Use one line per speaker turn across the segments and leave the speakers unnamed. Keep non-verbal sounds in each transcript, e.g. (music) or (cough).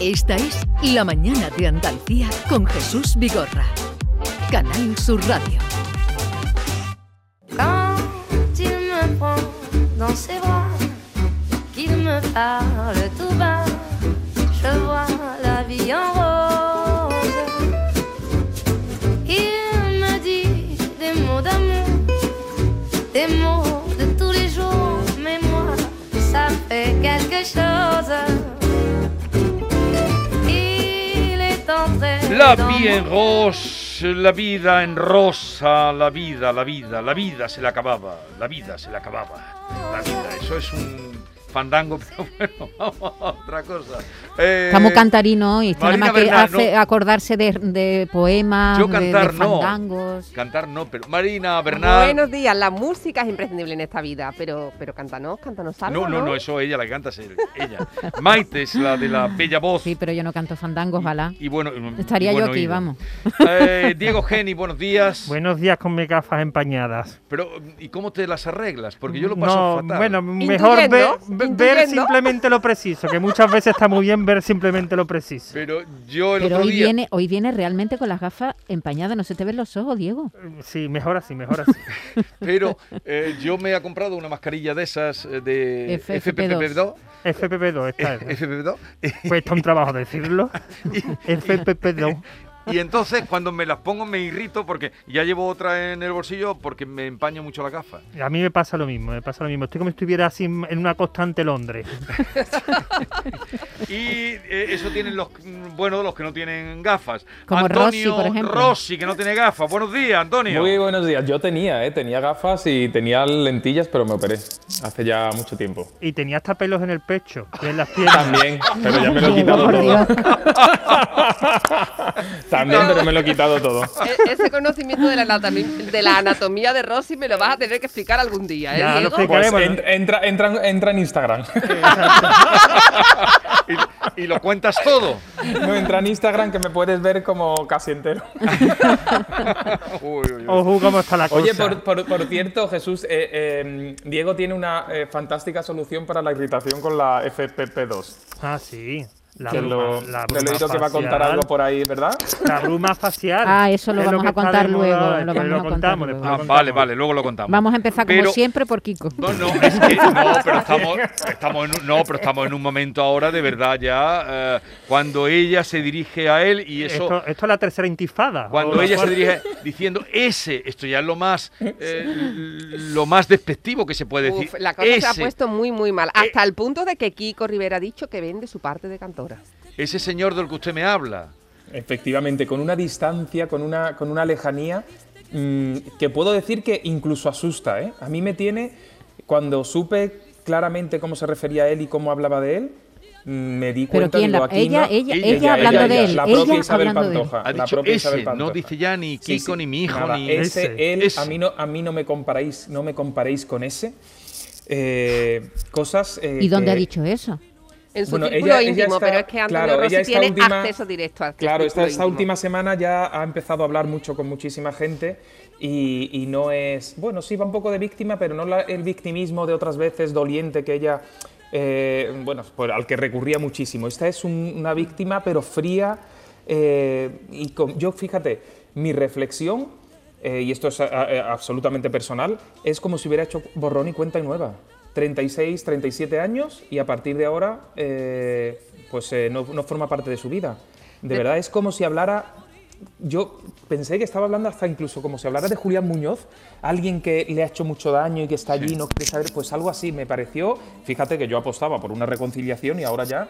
Esta es La Mañana de Andalucía con Jesús Vigorra. Canal Sur Radio.
Quand il me prend dans ses bras, qu'il me parle tout bas, je vois la vie en rose. Il me dit des mots d'amour, des mots de tous les jours, mais moi, ça fait quelque chose. Il est entré
La
dans
vie
mon
en rosa, la vida en rosa, la vida, la vida, la vida se la acababa, la vida se la acababa, la vida, eso es un fandango, (laughs) pero bueno, vamos a otra cosa. Eh,
Está muy cantarino y está
Marina
nada más que
Bernal,
hace-
no.
acordarse de, de poemas,
Yo
de- de,
cantar no.
fandangos.
Cantar no, pero Marina Bernal.
Buenos días, la música es imprescindible en esta vida, pero, pero cántanos, cántanos algo.
no, no, no, eso ella la que canta es el- ella. Maite es la de la bella voz.
Sí, pero yo no canto fandangos, ojalá.
Y bueno, y-
Estaría
y buen
yo aquí,
oído.
vamos.
Eh, Diego Geni, buenos días.
Buenos días con mis gafas empañadas.
Pero, ¿y cómo te las arreglas? Porque yo lo paso
No,
fatal.
Bueno, mejor ve-
Intuyendo,
ve- ver
intuyendo.
simplemente lo preciso, que muchas veces está muy bien ver simplemente lo preciso.
Pero yo el
Pero
otro
hoy
día.
viene, hoy viene realmente con las gafas empañadas. No se te ven los ojos, Diego.
Sí, mejor así, mejor
(laughs)
así.
Pero eh, yo me he comprado una mascarilla de esas eh, de
FFP2.
FPP2.
FPP2, está. eh,
FPP2.
Cuesta un trabajo
(laughs)
decirlo. FPP2.
Y entonces cuando me las pongo me irrito porque ya llevo otra en el bolsillo porque me empaño mucho la gafa.
A mí me pasa lo mismo, me pasa lo mismo. Estoy como si estuviera así en en una constante Londres.
Y eh, eso tienen los mm, bueno los que no tienen gafas.
Como
Antonio
Rossi, por ejemplo.
Rossi, que no tiene gafas. Buenos días, Antonio.
Muy buenos días. Yo tenía, ¿eh? tenía gafas y tenía lentillas, pero me operé hace ya mucho tiempo.
Y tenía hasta pelos en el pecho y en las piernas. (laughs)
También, pero ya me lo he
Diego,
quitado
por
todo.
Dios.
(laughs) También, pero me lo he quitado todo.
E- Ese conocimiento de la, anatomi- de la anatomía de Rossi me lo vas a tener que explicar algún día, ¿eh,
Ya, lo
Diego?
explico.
Pues
Queremos,
en- entra, entra, entra en Instagram. (laughs)
Y, y lo cuentas todo.
No, entra en Instagram que me puedes ver como casi entero.
(laughs) Uy, uy, uy.
Ojo, cómo está la cosa.
Oye, por, por- por cierto, Jesús, eh, eh, Diego tiene una eh, fantástica solución para la irritación con la FPP2.
Ah, sí. La
que lo,
bruma- la
te lo he
bruma
oído que va a contar
facial.
algo por ahí, ¿verdad?
La bruma facial.
Ah, eso lo
Es
vamos
que
a
está
contar
de moda,
luego,
es
lo
que
vamos a contar
contamos,
luego.
después
Ah,
lo
vale,
contamos.
vale, luego lo contamos.
Vamos a empezar como
Pero-
siempre por Kiko.
No, no, es que no, pero estamos, estamos en un, no, pero estamos en un momento ahora de verdad ya eh, cuando ella se dirige a él y eso
Esto, esto es la tercera intifada. O
cuando
la
ella se
cuarta.
dirige diciendo ese, esto ya es lo más eh, lo más despectivo que se puede decir.
Uf, la cosa se ha
Ese. Eh.
puesto muy, muy mal. Hasta el punto de que Kiko Rivera ha dicho que vende su parte de cantora.
ese señor del que usted me habla.
Efectivamente, con una distancia, con una, con una lejanía mm, que puedo decir que incluso asusta. ¿eh? A mí me tiene, cuando supe claramente cómo se refería a él y cómo hablaba de él, mm, me di
Pero
cuenta
quién
digo,
la-
aquí
ella-
no-
ella- ella hablando de él,
la
ella
propia Isabel
hablando de él.
Pantoja,
Ha
la
dicho
propia
ese,
Isabel
no
Pantoja.
dice ya ni
Sí,
Kiko
sí,
ni mi hijo
nada,
ni
Ese,
Ese, él,
ese.
A, mí no, a mí no me comparáis, no me comparáis con ese. Eh, cosas eh,
¿Y dónde ha
que-
dicho eso?
En su
Bueno,
círculo
ella- ella
íntimo,
está-
pero es que Antonio
claro,
Rossi
ella está
tiene
última-
acceso directo al
Claro, esta,
círculo
esta
íntimo.
última semana ya ha empezado a hablar mucho con muchísima gente y, y no es, bueno, sí, va un poco de víctima, pero no la- el victimismo de otras veces doliente que ella, eh, bueno, pues, al que recurría muchísimo. Esta es un- una víctima, pero fría eh, y con- yo, fíjate, mi reflexión, eh, y esto es a- a- absolutamente personal, es como si hubiera hecho borrón y cuenta nueva. 36, 37 años y a partir de ahora, eh, pues eh, no- no forma parte de su vida. De verdad, es como si hablara. Yo pensé que estaba hablando hasta incluso como si hablara de Julián Muñoz, alguien que le ha hecho mucho daño y que está allí y no quiere saber, pues algo así. Me pareció. Fíjate que yo apostaba por una reconciliación y ahora ya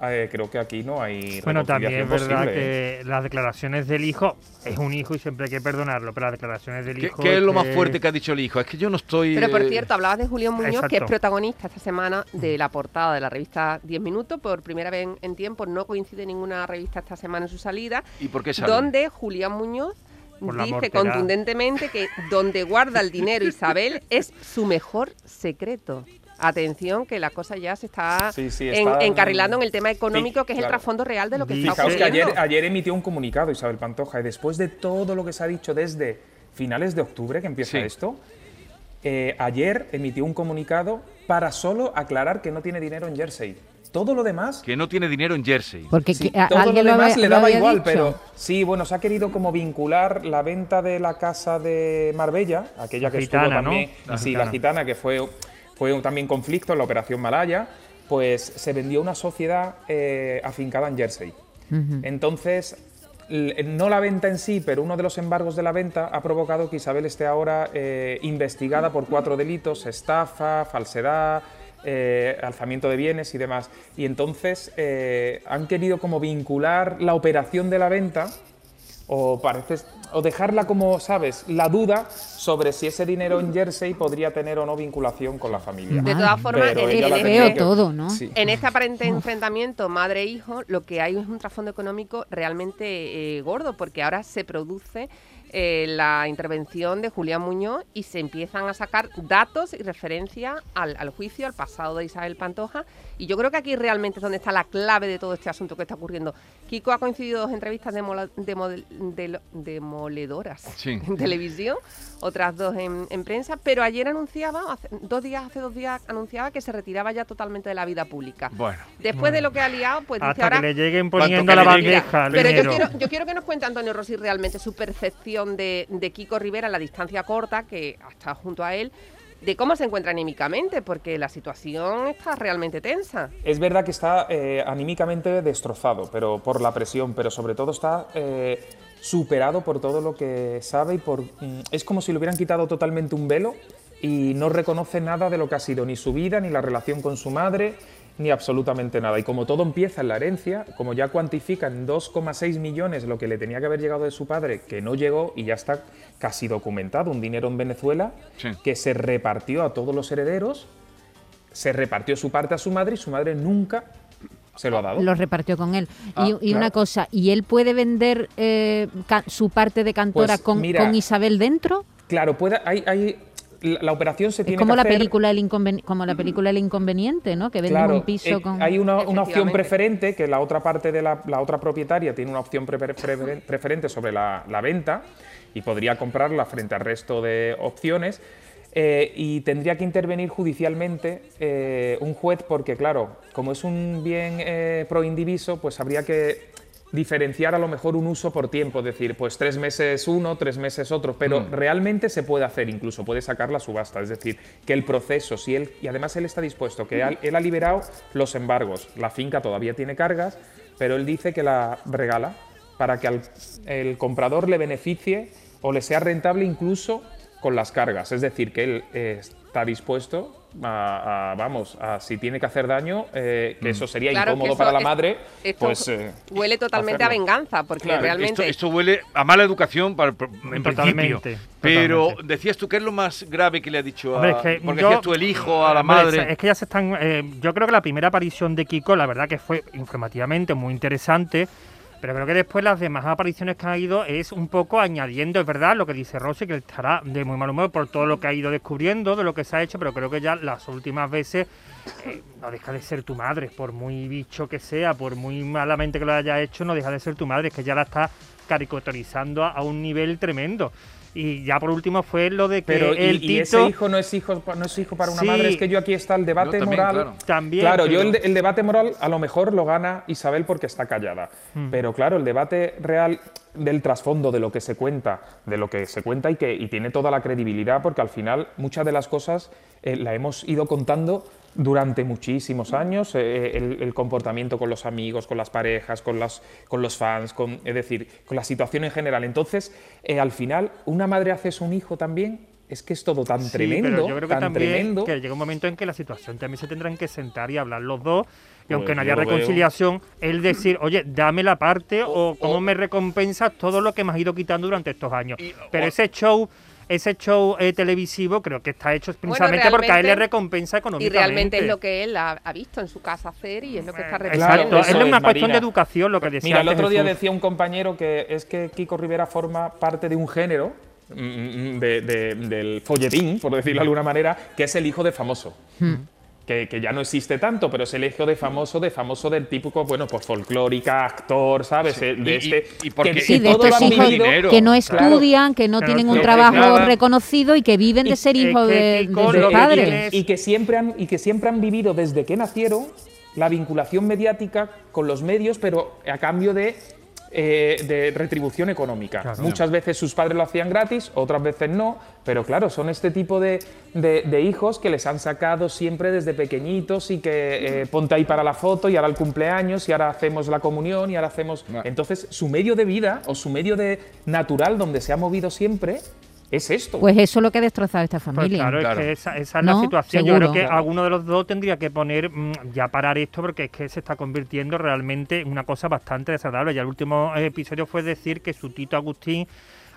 eh, creo que aquí no hay.
Bueno, también es
reconciliación
verdad
posible, ¿eh?
que las declaraciones del hijo es un hijo y siempre hay que perdonarlo, pero las declaraciones del
¿Qué,
hijo.
qué es lo más fuerte que ha dicho el hijo? Es que yo no estoy
Pero por
eh,
cierto, hablabas de Julián Muñoz, que es
exacto.
protagonista esta semana de la portada de la revista 10 Minutos. Por primera vez en, en tiempo no coincide ninguna revista esta semana en su salida.
¿Y por qué sale?
donde Julián Muñoz
Por la
dice
mortera.
contundentemente que donde guarda el dinero
(laughs)
Isabel es su mejor secreto. Atención, que la cosa ya se está,
Sí, sí,
en-
está-
encarrilando en el tema económico,
Sí,
que es el
claro.
trasfondo real de lo que está
Fijaos que
ocurriendo.
ayer, ayer emitió un comunicado Isabel Pantoja y después de todo lo que se ha dicho desde finales de octubre que empieza
Sí.
esto, eh, ayer emitió un comunicado para solo aclarar que no tiene dinero en Jersey. Todo lo demás
Que no tiene dinero en Jersey.
Porque
Sí,
que- a-
todo lo
alguien
demás
había-
le
lo
daba
había
igual,
dicho.
pero sí, bueno, se ha querido como vincular la venta de la casa de Marbella, aquella
La
que
gitana,
estuvo también,
¿no? La
sí, la
gitana.
gitana que fue fue un- también conflicto en la operación Malaya, pues se vendió una sociedad eh, afincada en Jersey. Entonces l- eh, no la venta en sí, pero uno de los embargos de la venta ha provocado que Isabel esté ahora eh, investigada por cuatro delitos, estafa, falsedad, eh, alzamiento de bienes y demás. Y entonces eh, han querido como vincular la operación de la venta o parece- o dejarla como, ¿sabes? La duda sobre si ese dinero en Jersey podría tener o no vinculación con la familia.
De todas formas,
Pero
en,
ella
en
la
este-
tenía
feo todo, ¿no?
Sí.
en este aparente enfrentamiento madre-hijo, lo que hay es un trasfondo económico realmente eh, gordo, porque ahora se produce eh, la intervención de Julián Muñoz y se empiezan a sacar datos y referencia al, al juicio, al pasado de Isabel Pantoja. Y yo creo que aquí realmente es donde está la clave de todo este asunto que está ocurriendo. Kiko ha coincidido dos entrevistas demola- demodel- del- demoledoras (laughs)
Sí.
en televisión, otras dos en, en prensa, pero ayer anunciaba, hace- dos días, hace dos días anunciaba que se retiraba ya totalmente de la vida pública.
Bueno.
Después de lo que ha liado, pues dice
Hasta
ahora.
que le lleguen
¿Cuánto
poniendo
que
la
le llegue?
Mira,
bandeja. al
pero yo
dinero.
quiero, yo quiero que nos cuente Antonio Rossi realmente su percepción de, de Kiko Rivera, la distancia corta que ha estado junto a él, de cómo se encuentra anímicamente, porque la situación está realmente tensa.
Es verdad que está eh, anímicamente destrozado pero por la presión, pero sobre todo está eh, superado por todo lo que sabe y por, mm, es como si le hubieran quitado totalmente un velo y no reconoce nada de lo que ha sido ni su vida, ni la relación con su madre, ni absolutamente nada. Y como todo empieza en la herencia, como ya cuantifican 2,6 millones lo que le tenía que haber llegado de su padre, que no llegó y ya está casi documentado, un dinero en Venezuela
Sí.
que se repartió a todos los herederos se repartió su parte a su madre y su madre nunca se lo ha dado.
Lo repartió con él. Y-
Ah,
y una
claro.
cosa, ¿y él puede vender eh, ca- su parte de cantora
Pues,
con,
mira,
con Isabel dentro?
Claro, puede, hay, hay- la, la operación se
Es
tiene
como
que
la,
hacer-
película el Inconven- como la película El Inconveniente, ¿no? Que venden
claro,
un piso
eh,
con...
Hay una, una opción
Efectivamente.
preferente, que la otra parte de la, la otra propietaria tiene una opción pre-
(laughs)
pre- pre- preferente sobre la, la venta y podría comprarla frente al resto de opciones. eh, y tendría que intervenir judicialmente eh, un juez porque, claro, como es un bien eh, proindiviso, pues habría que diferenciar a lo mejor un uso por tiempo, es decir, pues tres meses uno, tres meses otro, pero realmente se puede hacer, incluso puede sacar la subasta, es decir, que el proceso, si él, y además él está dispuesto, que al- él, ha liberado los embargos, la finca todavía tiene cargas, pero él dice que la regala para que al el comprador le beneficie o le sea rentable incluso con las cargas, es decir, que él eh, está dispuesto a, a, vamos, a si tiene que hacer daño, eh, que eso sería
Claro que
incómodo
eso
para la
es-
madre,
esto
pues... eh,
huele totalmente a
hacerlo.
venganza, porque
Claro,
Esto,
realmente.
esto huele a mala educación para, en
Totalmente,
principio. Pero
totalmente.
decías tú que es lo más grave que le ha dicho a...
Hombre, es que
porque
yo-
decías tú el hijo, a la
Hombre,
madre...
Es que ya se están. eh, yo creo que la primera aparición de Kiko, la verdad que fue informativamente muy interesante. Pero creo que después las demás apariciones que ha ido es un poco añadiendo, es verdad, lo que dice Rosy, que estará de muy mal humor por todo lo que ha ido descubriendo, de lo que se ha hecho, pero creo que ya las últimas veces eh, no deja de ser tu madre, por muy bicho que sea, por muy malamente que lo haya hecho, no deja de ser tu madre, es que ya la está caricaturizando a, a un nivel tremendo. Y ya por último fue lo de que
Pero y-
el
y,
Tito...
ese hijo no es hijo, pa- no es hijo para una
Sí.
madre. Es que yo aquí está el debate
No, también,
moral.
claro.
También,
Claro, yo
pero-
el, de- el debate moral a lo mejor lo gana Isabel porque está callada.
Mm.
Pero claro, el debate real del trasfondo, de lo que se cuenta, de lo que se cuenta y que y tiene toda la credibilidad porque al final muchas de las cosas eh, la hemos ido contando durante muchísimos años, eh, el, el comportamiento con los amigos, con las parejas, con, las, con los fans, con, es decir, con la situación en general. Entonces, eh, al final, una madre hace eso a un hijo también, es que es todo tan
Sí,
tremendo,
pero yo creo que
tan
también
tremendo.
que llega un momento en que la situación también se tendrán que sentar y hablar los dos. Y aunque
Pues
no
yo
haya
lo veo.
reconciliación, él decir, oye, dame la parte
Oh,
o, cómo me recompensas todo lo que me has ido quitando durante estos años.
Y-
Pero
oh.
o-
ese show, ese show eh, televisivo creo que está hecho precisamente porque a él le
realmente-
recompensa
Y
económicamente.
realmente es lo que él ha, ha visto en su casa hacer y es lo que está
Exacto,
repitiendo.
Claro,
es
eso
una cuestión
es, Marina.
de educación lo que decía.
Mira, el
antes
otro día
Jesús.
decía un compañero que es que Kiko Rivera forma parte de un género mm, mm, de- de- del folletín, por decirlo de alguna manera, que es el hijo de famoso.
Hmm.
Que, que ya no existe tanto, pero es el hijo de famoso, de famoso del típico, bueno, pues folclórica, actor, ¿sabes? Eh,
Y-
De
y-
este.
y porque-
que-
Sí,
Sí,
que
de
todo lo
estos
han
hijos
vivido.
dinero.
que no
Claro.
estudian, que no
Claro,
tienen
que
un
no
trabajo
nada.
reconocido y que viven de ser
es
hijos
que
de, de
Kiko
sus
lo que
padres.
tiene-
Y que siempre han, y que siempre han vivido desde que nacieron la vinculación mediática con los medios, pero a cambio de, eh, de retribución económica.
Claro.
Muchas veces sus padres lo hacían gratis, otras veces no, pero claro, son este tipo de, de- de hijos que les han sacado siempre desde pequeñitos y que eh, ponte ahí para la foto y ahora el cumpleaños y ahora hacemos la comunión y ahora hacemos...
Bueno.
Entonces, su medio de vida o su medio de natural donde se ha movido siempre es esto.
Pues eso es lo que ha destrozado a esta
Pues
familia.
claro,
Claro.
es que esa, esa es la
No,
situación. Yo
seguro.
creo que
Claro.
alguno de los dos tendría que poner mm, ya parar esto porque es que se está convirtiendo realmente en una cosa bastante desagradable. Ya el último eh, episodio fue decir que su tito Agustín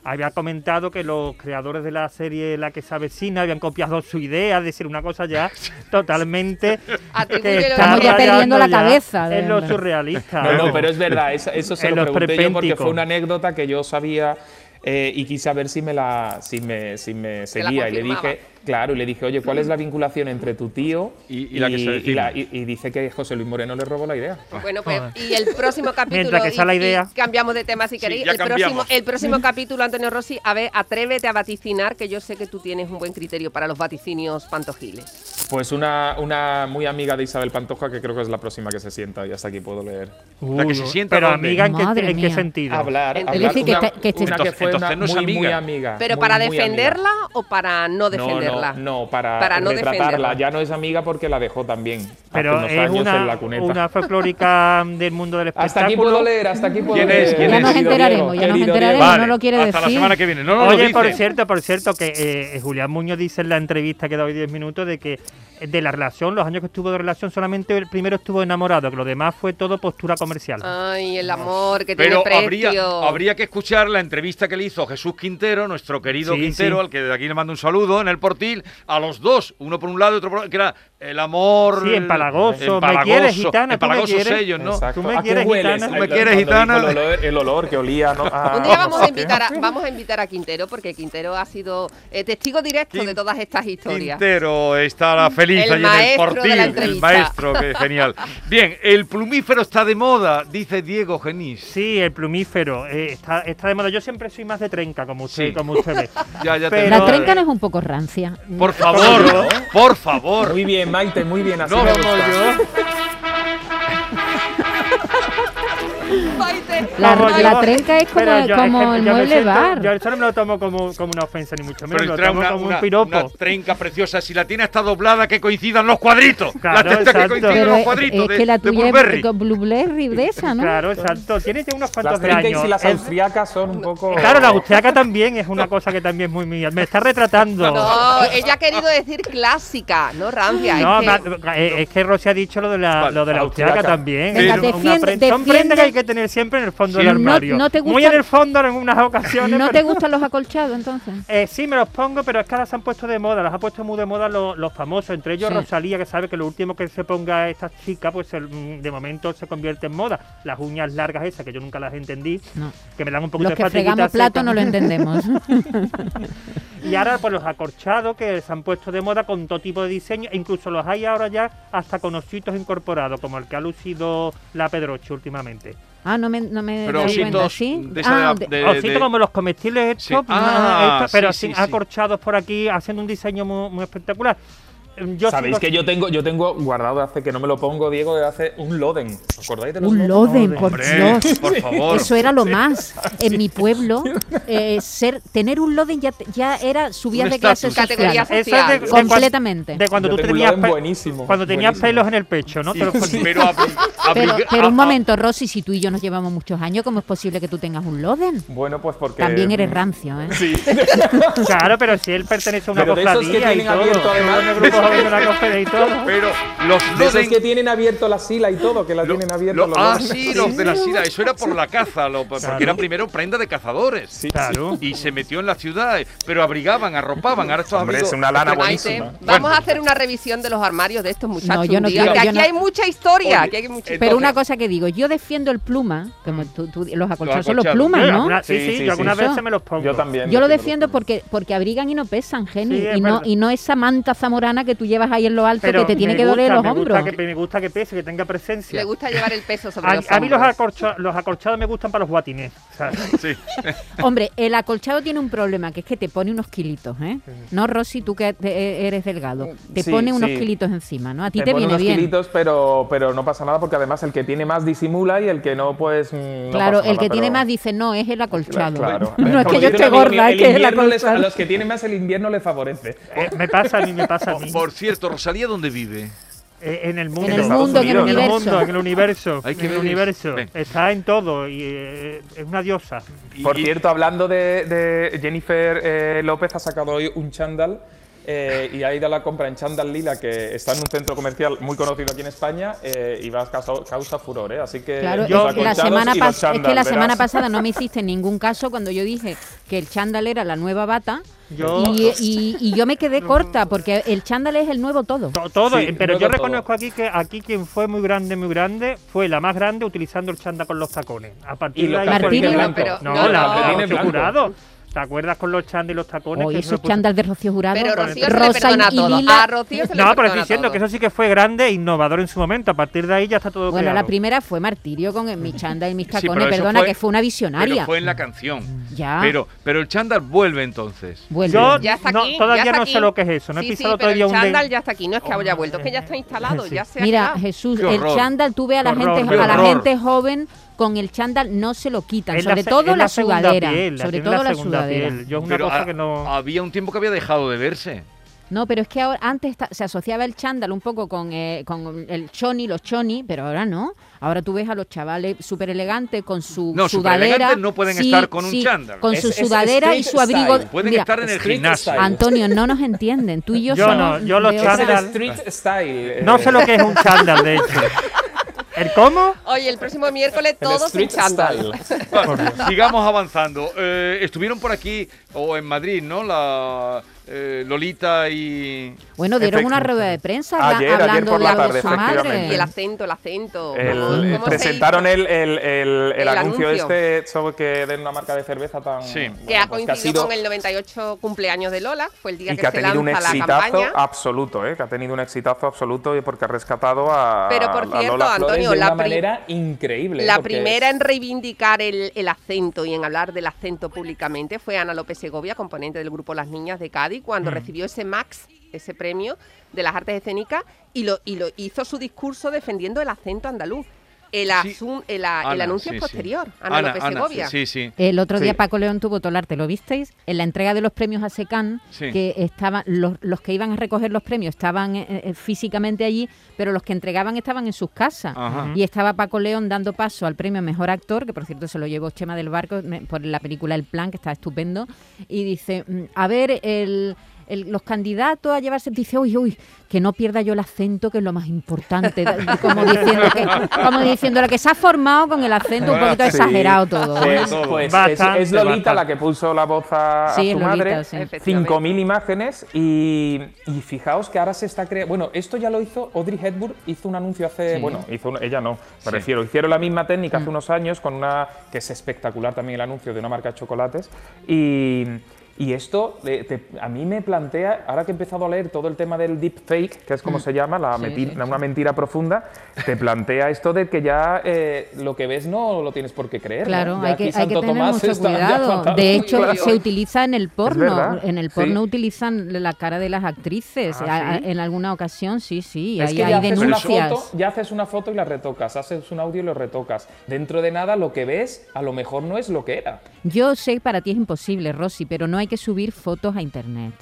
había comentado que los creadores de la serie La que se avecina habían copiado su idea, es decir, una cosa
(laughs)
ya totalmente
Atribúyelo
Estamos ya
rayando
perdiendo la cabeza. de
Es lo
verdad.
Ah,
surrealista.
No, no,
vamos.
pero es verdad, esa- eso se
En
lo
los
pregunté yo porque
perpénticos.
fue una anécdota que yo sabía eh, y quise a ver si me la si me, si me
la
seguía y le
confirmaba.
dije, claro, y le dije, "Oye, ¿cuál es la vinculación entre tu tío
Y- y la que se
la-
avecina.
y- y dice que José Luis Moreno le robó la idea?"
Bueno, pues y el próximo capítulo.
(laughs) Mientras que
y-
sea la
y
idea.
cambiamos de tema si
Sí,
queréis.
ya
el, próximo,
cambiamos.
el
(laughs)
próximo capítulo, Antonio Rossi, a ver, atrévete a vaticinar, que yo sé que tú tienes un buen criterio para los vaticinios pantojiles.
Pues una, una muy amiga de Isabel Pantoja que creo que es la próxima que se sienta y hasta aquí puedo leer.
La que se
Uy,
sienta
pero
¿dónde?
amiga, ¿en qué,
Madre
en qué
mía.
sentido?
Hablar,
Es
hablar
decir, que
una,
está- que está-
una que fue
Entonces-
una
entonces no es
muy, muy
amiga.
amiga.
¿Pero
muy,
para
muy amiga.
defenderla o para no
No, no,
defenderla?
No, para,
Para no
retratarla.
defenderla.
Ya no es amiga porque la dejó también. hace
Pero
unos
es
años en
una,
la cuneta.
una folclórica del mundo del espectáculo.
Hasta aquí puedo leer, hasta aquí puedo
¿Quién
leer.
es? ¿Quién
Ya
es?
nos
Querido
enteraremos,
Diego,
ya nos
querido
enteraremos,
Diego.
no lo quiere
hasta la
decir.
semana que viene. No, no lo
Oye,
dice.
por cierto, por cierto, que eh, Julián Muñoz dice en la entrevista que da hoy 10 minutos de que eh, de la relación, los años que estuvo de relación, solamente el primero estuvo enamorado, que lo demás fue todo postura comercial.
Ah.
Ay, el amor que
Pero
tiene
habría,
precio.
habría que escuchar la entrevista que le hizo Jesús Quintero, nuestro querido
Sí,
Quintero,
sí.
al que de aquí le mando un saludo en el portil, a los dos, uno por un lado y otro por otro, que era el amor.
Sí, empalagoso,
empalagoso,
me quieres, gitana, tú me
empalagosos
quieres.
ellos, ¿no?
Exacto.
Tú me
¿A qué
quieres,
hueles?
gitana.
Ahí
¿Me
lo-
quieres,
cuando
gitana?
dijo El olor, el olor que olía,
(laughs)
¿no? A-
Un día vamos a, invitar a, vamos a invitar a Quintero, porque Quintero ha sido eh, testigo directo
Quin-
de todas estas historias.
Quintero estará feliz allí en el
El maestro de
portil,
la
el
entrevista.
maestro, que genial. Bien, el plumífero está de moda, dice Diego Genís.
Sí, el plumífero. eh, está, está de moda. Yo siempre soy más de trenca, como usted,
Sí.
como usted ve.
Ya, ya te
Pero-
digo.
La trenca no es un poco rancia.
Por favor, por favor.
Muy bien, Maite, muy bien. Así
No,
me
no,
gusta.
yo.
(laughs) La,
Como
la
yo-
trenca es como,
Pero yo- es
como
que
el
yo me
mueble
siento-
bar.
Yo eso no me lo tomo como, como una ofensa, ni mucho menos.
Pero
lo
trae
tomo
una,
como
una-
un piropo.
una trenca preciosa. Si la tiene hasta doblada, que coincidan los cuadritos.
Claro,
la tendrá que
exacto.
coincidan
pero
los
es,
cuadritos
es
de,
que la
de
tuya
Burberry.
es con Blue Blairry de esa, ¿no?
Claro, exacto. Tiene ya unos cuantos
Las
de
trinkets
años.
y las
Es-
austriacas son un poco.
Claro, la austriaca también es una cosa que también es muy mía. Me está retratando. (laughs)
No, ella ha querido decir clásica, no rancia.
No,
es que-
ma- eh, es que Rosy ha dicho lo de la,
Vale,
lo de la
la
austriaca,
austriaca.
también.
Venga,
Es una
defiende-
prenda- son prendas que
defiende-
hay que tener siempre en el fondo del
No-
armario.
no te
Muy
gustan-
en el fondo en algunas
(laughs)
ocasiones.
¿No te
pero-
gustan los acolchados entonces?
Eh, sí, me los pongo, pero es que ahora se han puesto de moda, las ha puesto muy de moda los, los famosos, entre ellos
Sí.
Rosalía, que sabe que lo último que se ponga esta chica, pues el- mm, de momento se convierte en moda. Las uñas largas esas, que yo nunca las entendí,
No.
que me dan un poquito
Los que
de fatiguita
fregamos plato
seca.
no lo entendemos.
Y ahora pues los acorchados que se han puesto de moda con todo tipo de diseño, e incluso los hay ahora ya hasta con ositos incorporados, como el que ha lucido la Pedroche últimamente.
Ah, no me, no me
Pero
doy
ositos
cuenta, ¿sí?
de esa
Ah,
de-
de-
Ositos
Eh, de-
como los comestibles estos,
Sí.
más
Ah,
estos, pero
sí,
sin
sí, sí.
acorchados por aquí, haciendo un diseño muy, muy espectacular. Eh, Yo
Sabéis
sigo-
que yo tengo, yo tengo guardado hace que no me lo pongo, Diego, de hace un Loden. ¿Os acordáis de los
un
Loden?
loden, por
Hombre,
Dios.
por favor.
Eso era lo más. En mi pueblo, eh, ser, tener un loden ya, te- ya era subida
Un
de clase
estatus.
social.
Categoría social.
Eso es de- de cuan-
Completamente.
de cuando tú
Yo tengo un
tenías,
Loden
pe-
buenísimo,
cuando tenías
buenísimo.
pelos en el pecho, ¿no? Te los
Sí,
ponías.
pero, abri-
Pero,
abriga-
pero
a-
un
a-
momento, Rosy, si tú y yo nos llevamos muchos años, ¿cómo es posible que tú tengas un loden?
Bueno, pues porque.
También eres rancio, ¿eh?
(laughs) Claro, pero si él pertenece a una
Pero de esos que
cofradía y
tienen
todo.
abierto, además.
Uno de grupos (laughs) jóvenes de una cofradía y todo.
Pero los
De esos
Loden-
que tienen abierto la sila y todo, que la
lo-
tienen abierta
lo-
los
ah,
Loden.
sí, los de la sida. Eso era por la caza, lo- porque
Claro.
era primero prenda de cazadores.
Claro.
Y se metió en la ciudad, eh, pero abrigaban, arropaban. Ahora estos
Hombre,
amigos-
es una lana
Maite,
buenísima.
vamos
Bueno.
a hacer una revisión de los armarios de estos muchachos.
No, yo
un
no
día,
quiero,
que
yo
aquí
no-
hay mucha historia.
Oye,
aquí hay mucha
entonces-
Pero una cosa que digo, yo defiendo el pluma, como tú, tú- los acolchados son los
acolchados.
plumas,
Yo
¿no?
alguna- sí,
Sí,
sí,
sí,
yo algunas
sí.
veces me los pongo.
Yo también.
Yo lo
tengo los
defiendo porque porque abrigan y no pesan, Geni,
Sí, es
y no
verdad.
y no esa manta zamorana que que tú llevas ahí en lo alto que te tiene
me
que doler
gusta,
los
me gusta
hombros.
que- me gusta que pese, que tenga presencia.
Le gusta llevar el peso sobre
a,
los
a mí los,
hombros.
acorcha- los acorchados me gustan para los guatines. ¿sabes?
(laughs) Sí.
Hombre, el acolchado tiene un problema, que es que te pone unos kilitos, ¿eh? No, Rosy, tú que te- eh, eres delgado. Te
Sí,
pone unos
sí.
kilitos encima, ¿no? A ti te,
pone
viene
unos
bien.
kilitos, pero, pero no pasa nada porque además el que tiene más disimula y el que no, pues. mm, no
claro,
pasa
el que
nada,
tiene
pero-
más dice, no, es el acolchado.
Claro.
(laughs) No es que
Como
yo
dice un
esté
amigo mío,
gorda,
el
es que es el
invierno les- A
acolchado.
los que tienen más el invierno le favorece.
Eh, me pasa a mí, me pasa a mí.
Por cierto, Rosalía, ¿dónde vive?
Eh, en el mundo.
En el
mundo, en el
En el
universo.
mundo, en el universo.
Hay que
en el
ver eso.
universo.
Ven.
Está en todo y eh, es una diosa.
Y-
Por
y-
cierto, hablando de, de Jennifer eh, López, ha sacado hoy un chándal eh, y ha ido a la compra en chándal lila, que está en un centro comercial muy conocido aquí en España eh, y va a causa, causa furor, ¿eh? Así que
Claro,
los
Yo-
es, que la
acolchados
semana
y los
pas- es
chándal,
que la
verás.
semana pasada no me hiciste ningún caso cuando yo dije que el chándal era la nueva bata
Yo-
y, y- y yo me quedé corta porque el chándal es el nuevo todo.
To- todo,
Sí,
eh, pero
luego
yo
todo.
reconozco aquí que aquí quien fue muy grande, muy grande, fue la más grande utilizando el chanda con los tacones. A partir
Y
de
los
ahí
calcetines
cualquier-
blancos.
Pero-
no,
no,
la
no.
de
Calcetines
Rocío
blancos.
Jurado. ¿Te acuerdas con los chandas y los tacones?
Oye,
que
esos
eso-
chándal de Rocío Jurado.
Pero
con-
Rocío se le perdona
y
todo.
lila.
A Rocío se le
No, pero
perdona
estoy diciendo
todo.
que eso sí que fue grande e innovador en su momento. A partir de ahí ya está todo
Bueno, la
creado.
primera fue martirio con eh, mi chanda y mis
Sí, pero
tacones,
eso
perdona,
fue-
que fue una
Pero
visionaria.
fue en la canción.
Ya.
Ah.
Pero, pero el chándal vuelve entonces.
Vuelve.
Yo
Ya está
no,
aquí,
todavía
ya está
no
aquí.
sé lo que es eso, no he
Sí, sí,
pisado
pero el
todavía un de-
chándal ya está aquí, no es que haya vuelto, es que ya está instalado,
Sí.
ya se ha
Mira,
quedado.
Jesús,
Qué
el
horror.
chándal, tú ve a la
Qué horror,
gente,
qué
a la
horror.
gente joven con el chándal no se lo quitan,
Es la
sobre
se-
todo
es
la,
segunda
sudadera,
piel,
sobre
es
todo la
segunda
sudadera.
piel. Yo es una
Pero
cosa
ah,
ha-
que no...
había un tiempo que había dejado de
(laughs)
verse.
No, pero es que ahora antes ta- se asociaba el chándal un poco con, eh, con el choni, los choni, pero ahora no. Ahora tú ves a los chavales súper elegantes con su
No,
sudadera.
superelegantes no pueden estar con un chándal.
Con
Es-
su
es
sudadera y
street
su abrigo.
style.
Pueden
Mira,
estar en el
street
gimnasio.
style.
Antonio, no nos entienden. Tú y yo
Yo
somos
no, yo los
de
Es
otra-
el
chándal.
street style. eh,
No sé lo que es un chándal, de
(laughs)
hecho. ¿El cómo?
Oye, el próximo miércoles
el
todos en
street
chándal. (laughs)
style.
Bueno, sigamos avanzando. Eh, estuvieron por aquí, o en Madrid, ¿no? La eh, Lolita y...
Bueno, dieron una
Efecto.
rueda de prensa habla-
Ayer, ayer
hablando
por
de
la
algo de
tarde,
su
Y
efectivamente.
madre.
el acento, el acento.
El-
¿Cómo se
eh,
dice?
presentaron el, el- el- el
El
anuncio,
anuncio.
este sobre que de una marca de cerveza tan
Sí.
bueno,
Que ha
pues,
coincidido
sido-
con el 98 cumpleaños de Lola, fue el día
y
que,
que ha
se
tenido un
lanza la
exitazo
campaña.
absoluto, ¿eh? que ha tenido un exitazo absoluto y porque ha rescatado a,
Pero, por
a
cierto,
Lola Flores
Antonio,
de
la
una
pri-
manera increíble. ¿eh?
La
porque
primera
es-
en reivindicar el, el acento y en hablar del acento públicamente fue Ana López Segovia, componente del grupo Las Niñas de Cádiz, cuando recibió ese Max, ese premio de las artes escénicas, y lo, y lo hizo su discurso defendiendo el acento andaluz. El, asun- el, a- Ah, el
Ana,
anuncio
sí,
es
sí.
posterior, Ana, López Segovia.
Sí, sí.
El otro
Sí.
día Paco León tuvo Tolarte, ¿lo visteis? En la entrega de los premios a SECAN,
Sí.
que estaban los, los que iban a recoger los premios estaban eh, eh, físicamente allí, pero los que entregaban estaban en sus casas.
Ajá.
Y estaba Paco León dando paso al premio Mejor Actor, que por cierto se lo llevó Chema del Barco me- por la película El Plan, que está estupendo, y dice, mm, a ver, el... el- los candidatos a llevarse dice uy uy que no pierda yo el acento que es lo
(laughs)
más importante da- como diciendo que como diciéndole que se ha formado con el acento un
Bueno,
poquito
Ah, sí.
exagerado todo ¿eh?
Pues,
Todo.
pues es,
Bastante,
es Lolita
bastante.
la que puso la voz a, a
Sí, es
su
Lolita,
madre.
sí.
Efectivamente.
5.000 imágenes y, y fijaos que ahora se está creando... Bueno, esto ya lo hizo Audrey Hepburn, hizo un anuncio hace...
Sí. Mm.
Bueno, hizo un- ella no, me refiero. Hicieron la misma técnica hace unos años con una... que es espectacular también el anuncio de una marca de chocolates. Y, y esto eh, te- a mí me plantea, ahora que he empezado a leer todo el tema del deepfake, que es como se llama, la
Mm. Sí,
meti-
sí,
la- una mentira profunda, te plantea esto de que ya eh, lo que ves no lo tienes por qué creer.
Claro,
Ya
hay
aquí
que, hay que
Santo
tener
Tomás
mucho
está ya
cuidado.
fatal.
De hecho,
Claro.
se utiliza en el porno.
verdad,
En el porno
sí.
utilizan la cara de las actrices.
Ah,
a- a-
¿sí?
En alguna ocasión, sí, sí.
Es
hay
que
hay
ya haces, una foto,
denuncias.
ya haces una foto y la retocas, haces un audio y lo retocas. Dentro de nada, lo que ves a lo mejor no es lo que era.
Yo sé que para ti es imposible, Rosy, pero no hay que subir fotos a internet.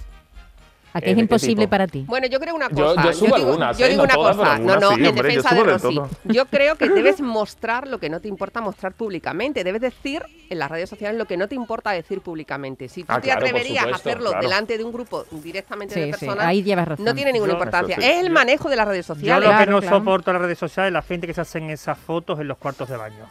¿A
Eh,
qué es
¿de qué
imposible
tipo?
para ti?
Bueno, yo creo una
Yo-
cosa.
yo subo
digo,
algunas,
yo
¿eh?
digo
No
una
todas, pero
cosa. No,
algunas
no,
sí,
en
hombre, yo
defensa
subo
de
de
Rosy.
todo. (laughs)
Yo creo que debes mostrar lo que no te importa mostrar públicamente. Debes decir en las redes sociales lo que no te importa decir públicamente. Si tú
Ah,
te
claro, por
atreverías
supuesto,
a hacerlo
claro.
delante de un grupo directamente de
Sí, sí,
personas,
ahí llevas razón.
no tiene ninguna
Yo-
importancia.
Eso sí.
Es el manejo de las redes
Yo
sociales.
lo que
Claro,
no
claro.
soporto en las redes sociales es la gente que se hacen esas fotos en los cuartos de baño.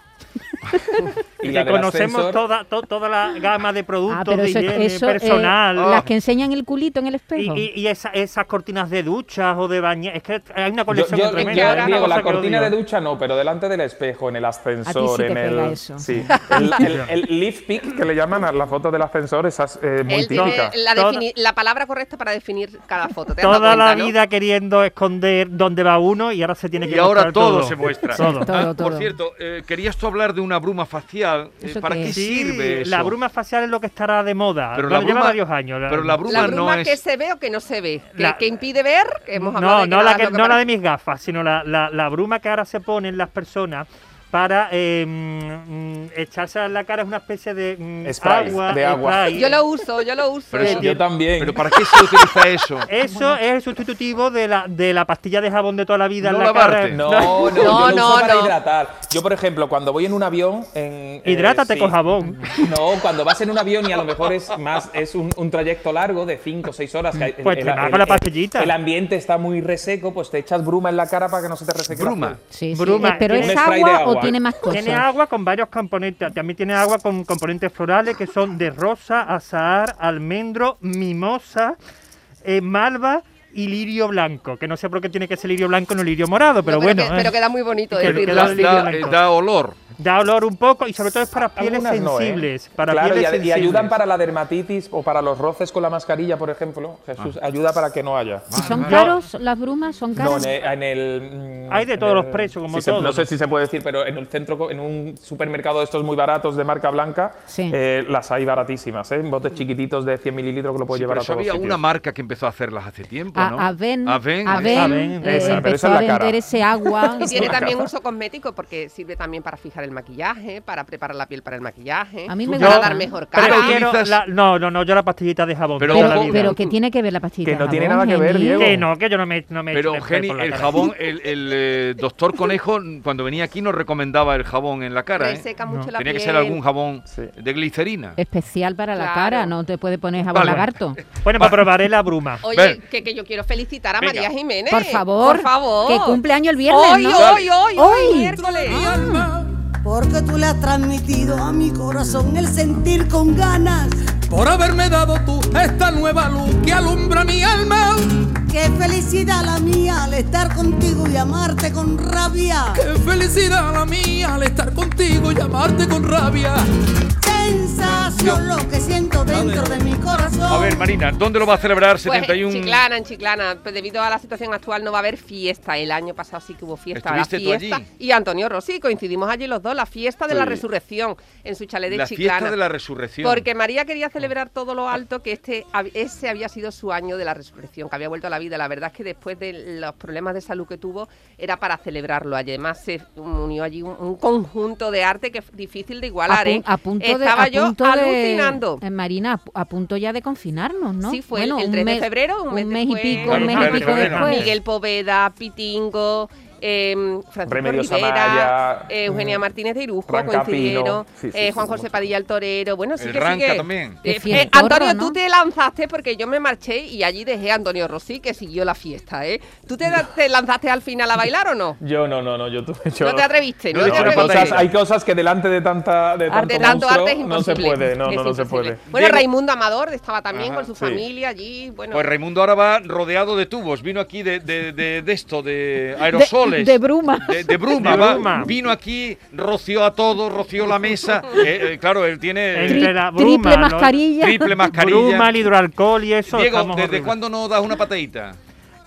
Y
que
la del
conocemos
ascensor,
toda, to- toda la gama de productos
Ah, pero
de
eso,
higiene
eso, eh,
personal.
Ah.
las que enseñan el culito en el
Y,
espejo.
y- y esa- esas cortinas de duchas o de bañera. Es que hay una
Yo,
colección
yo-
tremenda.
yo,
es una
Diego, la
cosa que lo
cortina
digo.
de ducha no, pero delante del espejo, en el ascensor,
te
en
pega
el.
eso. (laughs)
Sí. El, el,
(laughs)
el lift pick que le llaman a la foto del ascensor, esa es eh, muy
Él tiene
típica.
la,
Toda-
defini- la palabra correcta para definir cada foto. ¿te has dado
Toda la
cuenta, no?
vida queriendo esconder dónde va uno y ahora se tiene que
Y ahora
mostrar
todo se muestra.
(laughs) Todo.
Todo.
Ah, Por cierto, eh, querías tú hablar de una bruma facial. eh,
¿Eso
¿Para
qué
qué,
es?
Sí,
sirve eso?
la bruma facial es lo que estará de moda.
Pero
Bueno,
la
lleva
bruma-
varios años.
pero la
La
bruma no
bruma que
es-
se ve o que no se ve, que,
La-
que impide ver, que hemos hablado
No,
de
no, la,
nada es
que-
lo que
no la de
parece.
mis gafas, sino la, la- la bruma que ahora se ponen las personas para eh, mm, mm, echarse a la cara es una especie de mm,
Spray,
agua.
de agua.
spray.
Yo lo uso, yo lo uso.
Pero es-
Yo también. (laughs)
¿Pero para qué se utiliza
(laughs)
eso?
Eso es el sustitutivo de la, de la pastilla de jabón de toda la vida
No
en la
lavarte.
cara.
No, no, yo lo
No,
uso
no,
para
no.
hidratar. Yo, por ejemplo, cuando voy en un avión. En, eh,
Hidrátate
sí.
con jabón.
No, cuando vas en un avión y a lo mejor es más es un, un trayecto largo de 5 o 6 horas. Que
Pues te vas con la pastillita.
El ambiente está muy reseco, pues te echas bruma en la cara para que no se te reseque. la
Bruma.
piel.
Sí, sí.
Bruma,
Eh, ¿Pero
tiene
es
un spray de
agua o
agua.
tiene más cosas?
Tiene agua con varios componentes. También tiene agua con componentes florales que son de rosa, azahar, almendro, mimosa, eh, malva y lirio blanco. Que no sé por qué tiene que ser lirio blanco y no lirio morado,
No,
pero,
pero
bueno.
que-
eh,
pero queda muy bonito
que- que
decirlo
da-
así.
Da,
blanco.
eh, da olor.
Da olor un poco y sobre todo es para pieles
Algunas no, ¿eh?
sensibles. Para
Claro,
pieles
y, a- y
sensibles.
ayudan para la dermatitis o para los roces con la mascarilla, por ejemplo. Jesús, ayuda para que no haya.
¿Y son
vale.
caros las brumas? ¿Son
No,
caros?
en el, en el, mm,
Hay de
en
todos
el-
los precios, como
si se-
todo.
no sé si se puede decir, pero en el centro, co- en un supermercado de estos muy baratos de marca blanca,
Sí.
eh, las hay baratísimas, ¿eh? En botes chiquititos de 100 mililitros que lo puedes
Sí,
llevar
pero
a
eso
todos
había
sitios.
una marca que empezó a hacerlas hace tiempo, ¿no?
A, Aven,
Aven,
Aven,
Aven,
eh,
esa, pero
empezó
esa es
a
la cara.
vender ese agua.
(laughs) Y tiene también uso cosmético porque sirve también para fijar el maquillaje, para preparar la piel para el maquillaje,
A mí me
para
gusta.
dar mejor cara.
Prefiero
Utilizas-
la- no, no, no, yo la pastillita de jabón.
Pero
toda
Pero,
la
ojo-
vida.
pero que tiene que ver la pastilla.
Que no
de
tiene
jabón,
nada que ver,
Jenny?
Diego.
Que no, que yo no me, no me
Pero,
echo spray
Geni,
por la
el
cara.
jabón, el, el, eh, doctor Conejo, cuando venía aquí, nos recomendaba el jabón en la cara. ¿eh?
Reseca mucho la
Tenía que
piel.
ser algún jabón
Sí.
de glicerina.
Especial para la
Claro.
cara, no te puede poner jabón
Vale.
lagarto.
Bueno, pues probaré la bruma.
Oye,
Ven.
que, que yo quiero felicitar a
Venga.
María Jiménez.
Por favor,
Por favor.
que cumple año el viernes,
Hoy,
¿no?
hoy, hoy, hoy,
Hoy. Ah.
miércoles.
Porque tú le has transmitido a mi corazón el sentir con ganas.
por haberme dado tú esta nueva luz que alumbra mi alma.
Qué felicidad la mía al estar contigo y amarte con rabia.
Qué felicidad la mía al estar contigo y amarte con rabia.
Sensación lo que siento dentro de mi corazón.
A ver, Marina, ¿dónde lo va a celebrar?
Pues
71.
en Chiclana, en Chiclana. Pues debido a la situación actual no va a haber fiesta. El año pasado sí que hubo fiesta. La
¿Estuviste tú
fiesta.
allí?
Y Antonio Rossi, coincidimos allí los dos, la fiesta de la
Sí.
resurrección en su chalet de
la
Chiclana.
fiesta de la resurrección.
Porque María quería celebrar todo lo alto que este hab- ese había sido su año de la resurrección, que había vuelto a la vida. La verdad es que después de los problemas de salud que tuvo, era para celebrarlo. Además, se unió allí un, un conjunto de arte que es difícil de
A,
igualar.
pu-
¿eh?
a punto de,
Estaba
a
yo
punto de-
alucinando.
eh, Marina, a pu- a punto ya de confinarnos, ¿no?
Sí, fue el- el 3 de febrero, un mes
y
después.
pico,
Claro,
un mes
claro,
y pico
febrero,
después.
Miguel Poveda, Pitingo, em, Francisco
Remedios
Rivera,
Amaya,
eh, Eugenia Martínez de Irujo,
Rancapino.
coincidieron,
mm, Sí, sí,
eh,
sí,
Juan
sí,
José
mucho.
Padilla el Torero. Bueno, sí
El
que
Ranca
sigue.
también.
Eh,
Qué fiestorro,
eh, Antonio,
¿no?
tú te lanzaste porque yo me marché y allí dejé a Antonio Rossi que siguió la fiesta, ¿eh? ¿Tú te, te lanzaste al final a bailar o no?
Yo no, no, no, yo tuve. Yo,
no te atreviste,
yo
¿no?
he
te
hecho
Hay
una
atreviste.
cosas, hay cosas que delante de tanta de tanto,
de tanto
monstruo
arte es
no se
imposible.
puede, no,
Es
no, no se
imposible.
puede.
Bueno,
Diego,
Raimundo Amador estaba también
Ajá,
con su
sí.
familia allí. Bueno,
Pues Raimundo ahora va rodeado de tubos. Vino aquí de, de- de- de esto, de aerosoles.
de bruma.
De, de bruma,
De
va.
bruma.
Vino aquí, roció a todo, roció la
(laughs)
mesa. Eh, eh, claro, él tiene eh,
Entre la bruma,
Triple
¿no?
mascarilla.
triple
Bruma,
mascarilla.
el hidroalcohol y eso.
Diego,
estamos
¿desde
horribles.
cuándo no das una pateita?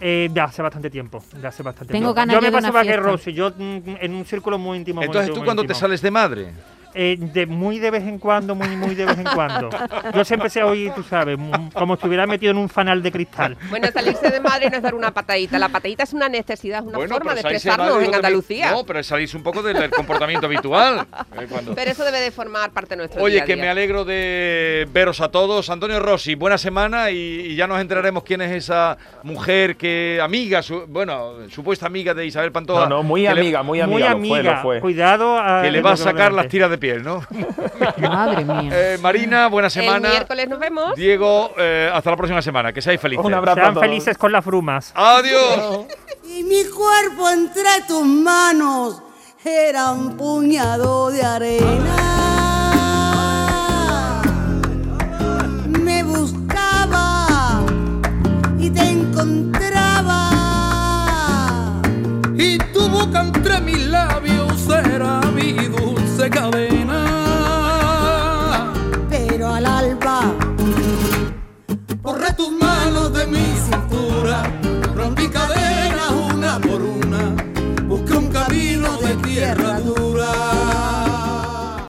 Eh, de hace bastante tiempo. De hace bastante
Tengo
tiempo.
ganas
yo
yo
me
de una
pasaba que
fiesta.
Rosy, yo mm, en un círculo muy íntimo. muy
Entonces
íntimo,
tú
muy
cuando te
íntimo.
sales de madre.
Eh, de muy de vez en cuando, muy, muy de vez en cuando. Yo siempre sé oír, tú sabes, mm, como si hubiera metido en un fanal de cristal.
Bueno, salirse de madre no es dar una patadita. La patadita es una necesidad, es una forma de
pero salirse
expresarnos
madre no
en
también-
Andalucía.
No, pero es salirse un poco del, del comportamiento
(laughs)
habitual. eh, cuando-
Pero eso debe de formar parte de nuestro
Oye,
día a
que
día.
me alegro de veros a todos. Antonio Rossi, buena semana y, y ya nos enteraremos quién es esa mujer que, amiga, su- bueno, supuesta amiga de Isabel Pantoja.
no, no, muy
que le-
amiga, muy amiga,
Muy
lo fue,
amiga.
lo fue.
Cuidado a.
que le
de
va a
lo que
sacar
adelante.
las tiras de piel, ¿no?
Madre mía.
Eh, Marina, buena semana.
El miércoles nos vemos.
Diego, eh, hasta la próxima semana. Que seáis felices.
Un abrazo.
Sean
a todos.
felices con las brumas.
Adiós.
Y mi cuerpo entre tus manos. era un puñado de arena. Me buscaba y te encontraba.
y tu boca entre mis labios.